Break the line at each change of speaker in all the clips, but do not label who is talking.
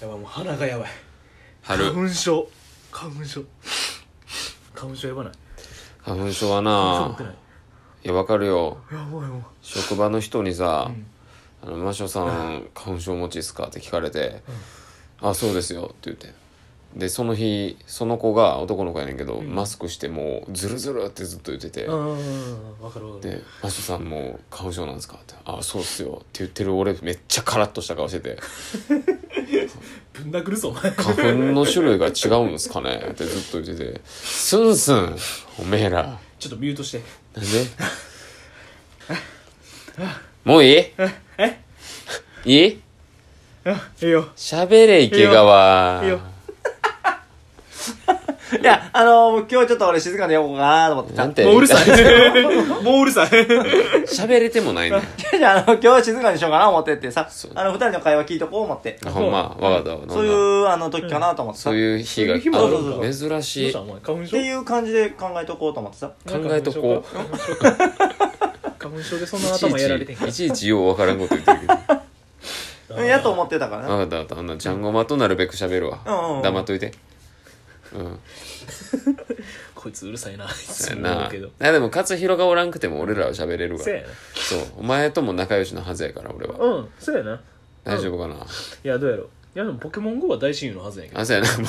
やばいもう鼻がやばい
春
花粉症花粉症花粉症やばない
花粉症は
花粉症
な
ってない
いやわかるよ
やばいもう
職場の人にさ
うん
「あのマショ さん花粉症持ちですか?」って聞かれて「あそうですよ」って言ってでその日その子が男の子やねんけど、
ん
マスクしてもうズルズルってずっと言ってて、
うんわかるわかる
で「マショさんも花粉症なんですか?」って「あそうっすよ」って言ってる俺めっちゃカラッとした顔してて
ぶん殴るぞお前
花粉の種類が違うんですかねってずっと言ってて「スンスンおめえら
ちょっとミュートして
なんでもういい
え
いい
あいいよ
喋れ池川
いいよ
いや、あのー、今日はちょっと俺静かにやろうかなと思って
な
た。
ん
い
て
もううるさ いもううるさい
喋れてもないね
やいや、あの、今日は静かにしようかなと思ってってさ
そう、
あの、二人の会話聞いとこう思って。
あほんまわかったわ
そうい
なんだ
う、あの、時かなと思ってさ。
そう
っ
いう日
そ
が
ういう日も
ある
あ
ん
だ
珍
どう
し
し
い
たお前花粉症
ていう感じで考えとこうと思ってさ。
考えとこう
花粉症か花粉症でそんない
ちい
頭やられてんか
ちいちいちよう分からんこと言ってるけどわか
うんやと思ってたからね。
ったわかったあんなジャンゴマとなるべく喋る
うんうんう
わ
ん
黙っといてうん
こいつうるさいないつ
そう
も
や
思う
な
けど
いやでも勝弘がおらんくても俺らは喋れるわ
せやな
そうお前とも仲良しのはずやから俺は
うんそうやな
大丈夫かない
やどうやろういやでもポケモン GO は大親友のはずや けど
あそうやな もう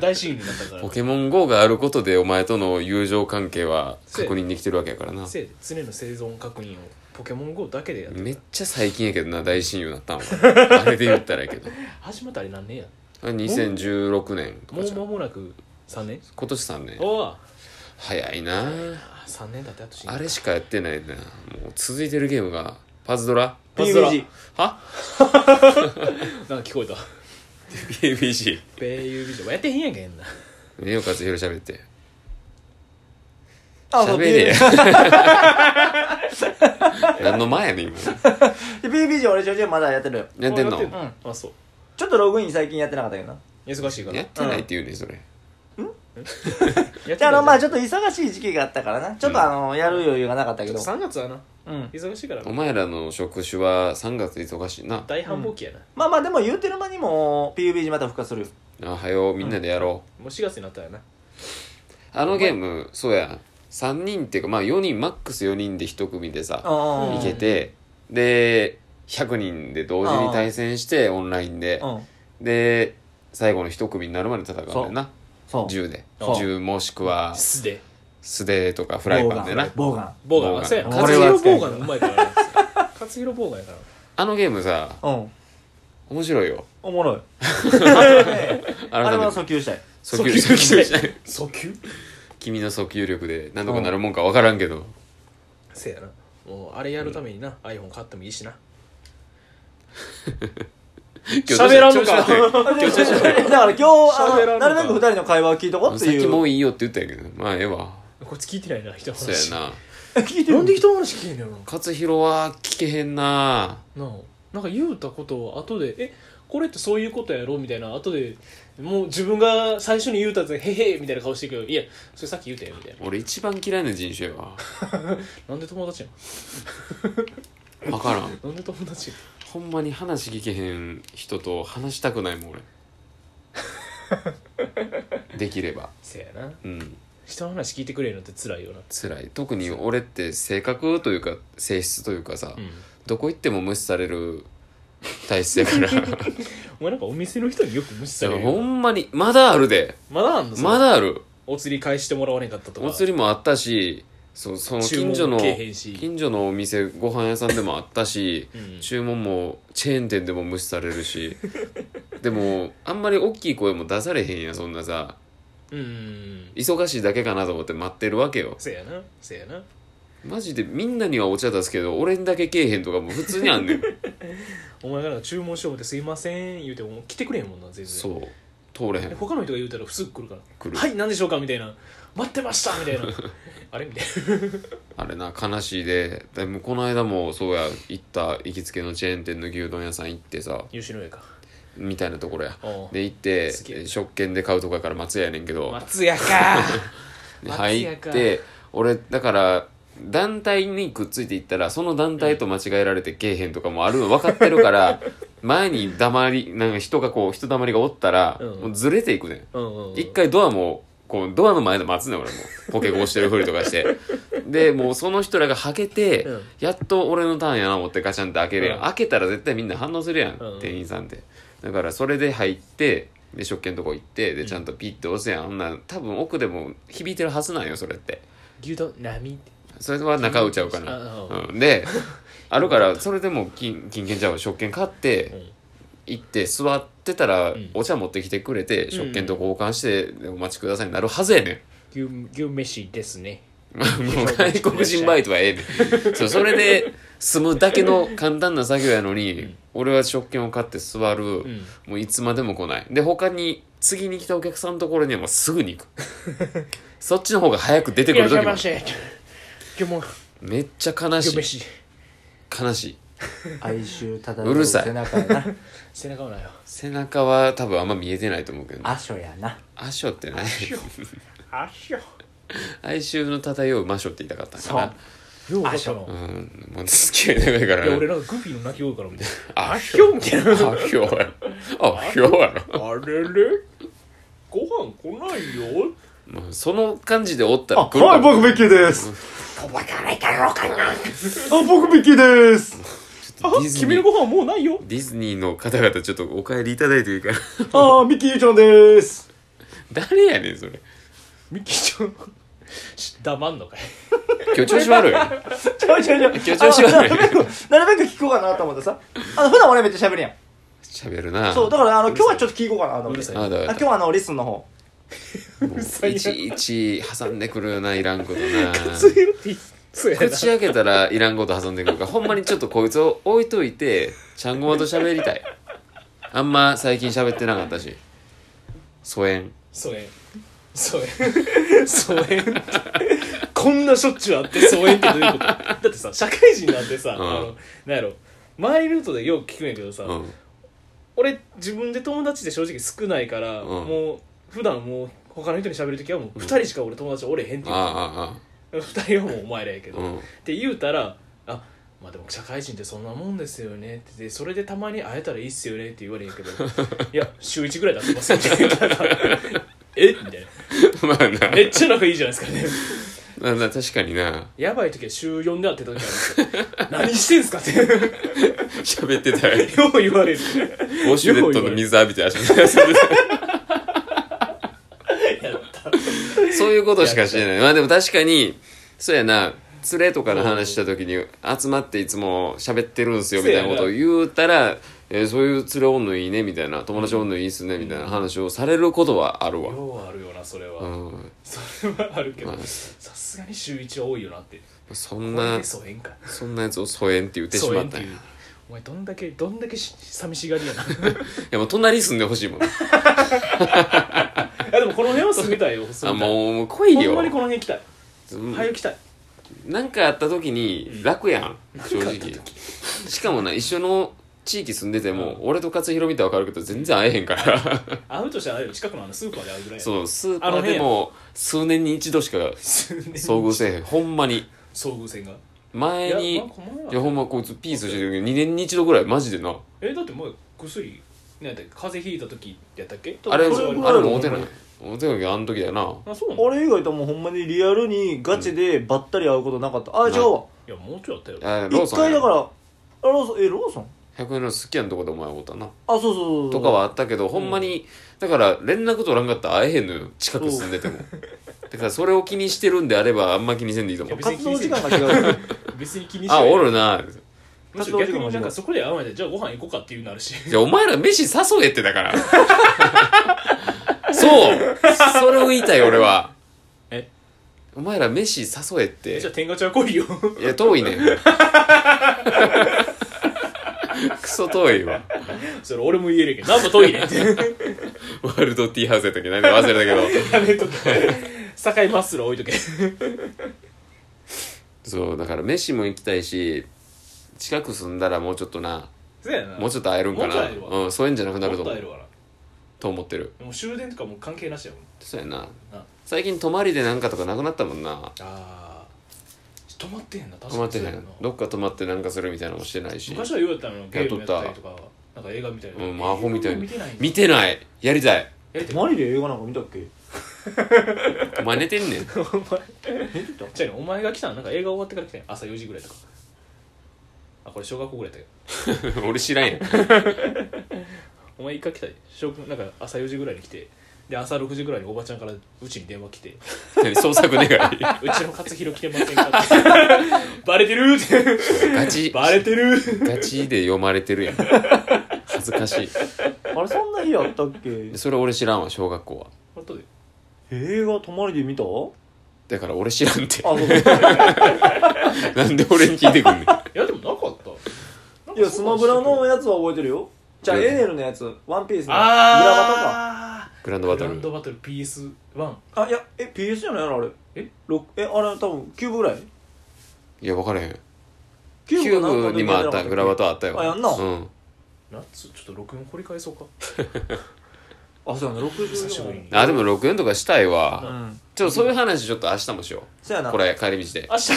大親友になったから
ポケモン GO があることでお前との友情関係は確認できてるわけやからな
せいで常の生存確認をポケモン GO だけでやって
めっちゃ最近やけどな大親友になったん はあれで言ったらやけど
始まったあれ何年や
あれ2016年と
も
か
う
じゃん
間もなく3年
今年3年
おお
早いな
3年だってあとし
あれしかやってないなもう続いてるゲームがパズドラ
パズドラ
PUBG。
は
なんか聞こえた
?PUBG
米友美女やってへんや んけんな
ねよ勝弘喋って
あ、そう、
喋れ
PUBG
や 何の前やねん今
で PUBG 俺、ちょいちょいまだやってるよ。
やってんの
あやってんあそう
ちょっとログイン最近やってなかったけどな。
忙しいから
やってないって言うねんそれ
やっ
で、あの、まあちょ
っ
っと忙しい時期があったからな。ちょっとあの、やる余裕がなかったけど。
3月はな
うん。
忙しいから
お前らの職種は3月忙しいな
大繁忙期やな
まあまあでも言うてる間にも PUBG また復活するよ。
あはよみんなでやろ
もう4月になったらな
う、あのゲームそうや3人っていうかまあ4人マックス4人で1組でさ
あ
い
あ。
けてで100人で同時に対戦してオンラインで
うん。
で最後の1組になるまで戦うんだよな
そう。
銃で
そう
銃もしくは
素で
素手とかフライパンでな
ボウガン。
ボーガン
ボーガン
あそうや
俺は
勝弘
使え
ボ
る
ーガンうまいから な勝弘ボーガンやから
あのゲームさ
ボウガンうん。
面白いよ
おも ろい。あ
改
れ
め
は
て
訴求したい。
訴求訴求しない
訴求
君の訴求力で何とかなるもんか分からんけど
せやなもうあれやるためにな iPhone 買ってもいいしな喋らんのか
だから今日、
喋ら
あ
んの
の
か
なるべく二人の会話を聞いとこうって
さっ
い
きも
う。
ういいよって言ったんやけどまあええわ
こいつ聞いてないな人の
そうや
話
な
聞いて
なんで
る
人の話聞けんのやろ
勝弘は聞けへんな
ななあなんか言うたことを後で「えこれってそういうことやろ?」みたいな後でもう自分が最初に言うたやつへへ」みたいな顔してるけど「いやそれさっき言うたよ」みたいな
俺一番嫌いな人種やわ
なんで友達やん
分から ん
なんで友達やん
ほんまに話聞けへん人と話したくない もん俺できれば
せやな
うん
人の話聞いてくれるのって辛いよな
辛い特に俺って性格というか性質というかさ、
うん
どこ行っても無視される体質や から
お前なんかお店の人によく無視されるよ
ほんまにまだあるで
まだあんのそれ
まだある
お釣り返してもらわねんかったとか
お釣りもあったしそうその近
注
所の
文もけえへんし
近所のお店ご飯屋さんでもあったし、
うん
注文もチェーン店でも無視されるし でもあんまり大きい声も出されへんやんそんなさ
うんうんうん
忙しいだけかなと思って待ってるわけよ
せやなせやな
マジでみんなにはお茶出すけど俺にだけけえへんとかも普通にあん ねん
お前がなんか注文しよう思って「すいません」言うても来てくれへんもんな全然
そう通れへ
で
ん
他の人が言うたらすぐ来るから「
来る
はい何でしょうか?」みたいな「待ってました!」みたいな あれみたい
あれな悲しいででもこの間もそうや行った行きつけのチェーン店の牛丼屋さん行ってさ
な吉野家 か
みたいなところや
おう
で行って
すげえ
食券で買うとこやから松屋やねんけど、
松屋 か
で
松
入
屋
っ
か
て俺だから 団体にくっついていったらその団体と間違えられてけえへんとかもあるの分かってるから、前に黙りなんか人がこう人だまりがおったら、
うん
もうずれていくね
うんうんうん
ん一回ドアもこうドアの前で待つねん俺もポケゴしてるふりとかして でもうその人らがはけて、
うん
やっと俺のターンやな思ってガチャンって開けるやん、
うん
開けたら絶対みんな反応するやん、
うん
店員さんってだからそれで入ってで食券のとこ行ってでちゃんとピッて押すやん、あんなん多分奥でも響いてるはずなんよそれって
牛丼並って
それは中打ちゃうかな、
ああ
うん、であるからそれでも金金券ちゃうわ食券買って、
ん
行って座ってたら
ん
お茶持ってきてくれて、食券と交換してでお待ちくださいになるはずやね
牛牛飯ですね
んもう外国人バイトはええねんそうそれで済むだけの簡単な作業やのに、俺は食券を買って座る、
ん
もういつまでも来ないで他に次に来たお客さんのところにはもうすぐ に行くそっちの方が早く出て
い
く
らっ
る
し
時
ゃい
も
ませ今日も
めっちゃ悲し
牛
い
飯
悲しい
哀愁漂
うるさい
背中やな
背中をなよ
背中は多分あんま見えてないと思うけど
阿蘇やな
「あしょ」ってね
あっしょ
哀愁の漂う魔女って言いたかったんかな
よう分かったな
ううんもう付き合い長いから
いや俺
ね
なんかグビーの鳴き声からみたいな
あ
っしょみたいな
あひょうやろあひょうやろ
あれれご飯来ないよ
もうその感じでおったら来るか
はい
も
僕ベッキーです
飛ばされたろかな
あ僕ベッキーです
あ
ディズ
君
ニ
の
ー
ご飯もうないよ
ディズニーの方々ちょっとお帰りいただいていいかな
あミッキーちゃんです
誰やねんそれ
ミキちゃん 黙んのかい
今日調子悪い
ちょいちょいちょい
今日調子悪い
あなるべくなるべく聞こうかなと思ってさあの普段俺めっちゃ喋るやん
喋るな
そうだからあの今日はちょっと聞こうかなと思っ
うる
て
さ
あ
い
あだから
今日はあのリスンの方
も
さ
う
いない
ちいち挟んでくるよないらんことな
ついるって言いそうやな
口開けたらいらんこと挟んでくるからほんまにちょっとこいつを置いといてちゃんごまと喋りたいあんま最近喋ってなかったし疎遠
疎遠疎遠疎遠ってこんなしょっちゅうあって疎遠ってどういうことだってさ社会人なんてさ、
ん
あのなんやろ周りルートでよく聞くんやけどさ、
うん
俺自分で友達って正直少ないから、
うん
もう普段もう他の人に喋る時はもう2人しか俺友達おれへんって
あ
いう、
あ
2人はもうお前らやけ
ああ
ど、
あ
っ
うん
て言うたらあまあでも社会人ってそんなもんですよねってでそれでたまに会えたらいいっすよねって言われへんけどいや週1ぐらいで会ってますよ って言ったらえみたいな
まあな
めっちゃ仲いいじゃないですかね。
まあな確かにな
やばい時は週4で会ってた時あるんです よ。何してんすかって。 よ
喋ってたよ
う言われる。
ウォシュレットの水浴びて足の裏遊んで たそういうことしかしてないまあでも確かにそうやな連れとかの話した時に集まっていつも喋ってるんすよみたいなことを言うたらえーそういう連れおんのいいねみたいな友達おんのいいっすねみたいな話をされることはあるわ、
ようあるよな、それは。
うん、
それはあるけど
ま、あ
さすがに週1は多いよなって。
そ
こ
ん
れ
な
で疎遠か。
そんなやつを疎遠って言ってし
疎
ま
遠
っ
って
たん
い。
やいう
お前どんだけ、どんだけし寂しがりやな。
やもう隣住んでほ しいもん
いやでもこの辺は住みたいよ、住
あ
みたい。
もうもう来い
ほ
よ
んまにこの辺行きたい。
うん
早く行きたい。
なんかあった時に楽やん、正直しかもな一緒の地域住んでても、俺と勝弘見て分かるけど全然会えへんから
会うとしたら会うよ近くのあのスーパーで会うぐ らいや。
そうスー
あ
パ
の
ー
辺
で
や
も数年に一度しか
数年に
遭遇せえへんほんまに
遭遇戦が。い
前
や
にい
まあこの前
や
は
ほんまこいつピースしてるけど2年に一度ぐらいマジでな
え、だってもう薬、なんやったっけ風邪ひいた時やったっけ
あれあれ
そ
ぐ
う
らい
もおてないおてないあの時だよな
あ、そうなの
俺以外ともほんまにリアルにガチでばったり会うことなかったあ違うわ
いや、もうちょいあったよ。
あロー
一
ソン
回だ
や
からあローソンえローソン
100円の好きやんとこでお前おったな
あそうそうそうそ
と
う
かはあったけど、ほんまにだから連絡取らんかったら会えへんのよ近く住んでてもだからそれを気にしてるんであればあんま気にせんでいいと思う
別に
活動時間が違う
別に気にしな
あ
い
おるな
むしろ逆になんかそこで会わないでじゃあご飯行こうかっていうのあるし
じゃあお前ら飯誘えってだから そうそれを言いたい俺は
え
お前ら飯誘えって
じゃあ天下茶は来いよ
いや遠いねんクソ遠いわ
それ俺も言えるけどなんか遠いねんって
ワールドティーハウスやったっけ何か忘れ
や
たけど
めとけ堺マッスル置いとけ
そうだから飯も行きたいし近く住んだらもうちょっとな
そうやな
もうちょっと会えるんか
もう
な
ちょい会えるわ
うんそういうんじゃなくなると
もっと会
思
える
う
わ
と思ってる
なもう終電とかもう関係なしやもん
そうやな
な
最近泊まりでなんかとかなくなったもんな
あー止まってへんな確
泊まってへ
そうや
んどっか泊まってなんかするみたいなのもしてないし
昔はようやったのゲームやったりとかなんか映画みたいな、
うん、魔法みたい
映画も見
に
てないんだ
見てないやりたい
やりたい
マリで映画なんか見たっけ
お前寝てんね ん
見てた
じゃあねお前が来たのなんか映画終わってから来たんや朝4時ぐらいとかあこれ小学校ぐらいだけど
俺知らんやん
お前一回来たで小学なんか朝4時ぐらいに来てで朝6時ぐらいにおばちゃんからうちに電話来て
何創作願い
「うちの勝弘来てませんか?」って「バレてる!」って
ガ
「
チ
バレてる!」
ガチで読まれてるやん恥ずかし
あれそんな日あったっ け
いそれ俺知らんわ小学校は
本当で
映画泊まり で見たあ、
だから俺知らんて
そうか
なんで俺に聞いてくんねん
いやでもなかった
いや、スマブラの
や
やつは覚えてるよ。じゃあ、エーネルのやつ。ワンピースの。グラバタか。
あ
グラン
ー
ドバトル
グランドバトル PS1
あ、いや、え、PS じゃないのあれ。
え
六え、あれ多分キューブぐらい
いや分からへんキ
キ
ューブにもあったグラバ
タ。
トあったよ
あやんな
うん
夏ちょっと録音掘り返そうか
あ、そうやな、64。
久しぶりに
あでも64とかしたいうわ
ん。
ちょっとそういう話ちょっと明日もしよ
そうや
う
な。
こ。れ帰り道で
明日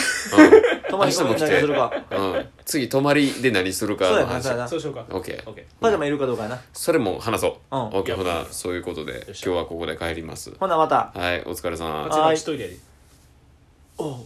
泊まりに何するか。
うん、うん、次泊まりで何するか
そう
の
やな、
話
そうやな。
そうしようか
オッケー
OK
パジャマいるかどうかやな。
それも話そう
うん
オッケー
い
ほ
や
なそういうことで
よ
今
っしゃ
日はここで帰ります
ほな、また。
はいお疲れさん
あちら一人でやり
おう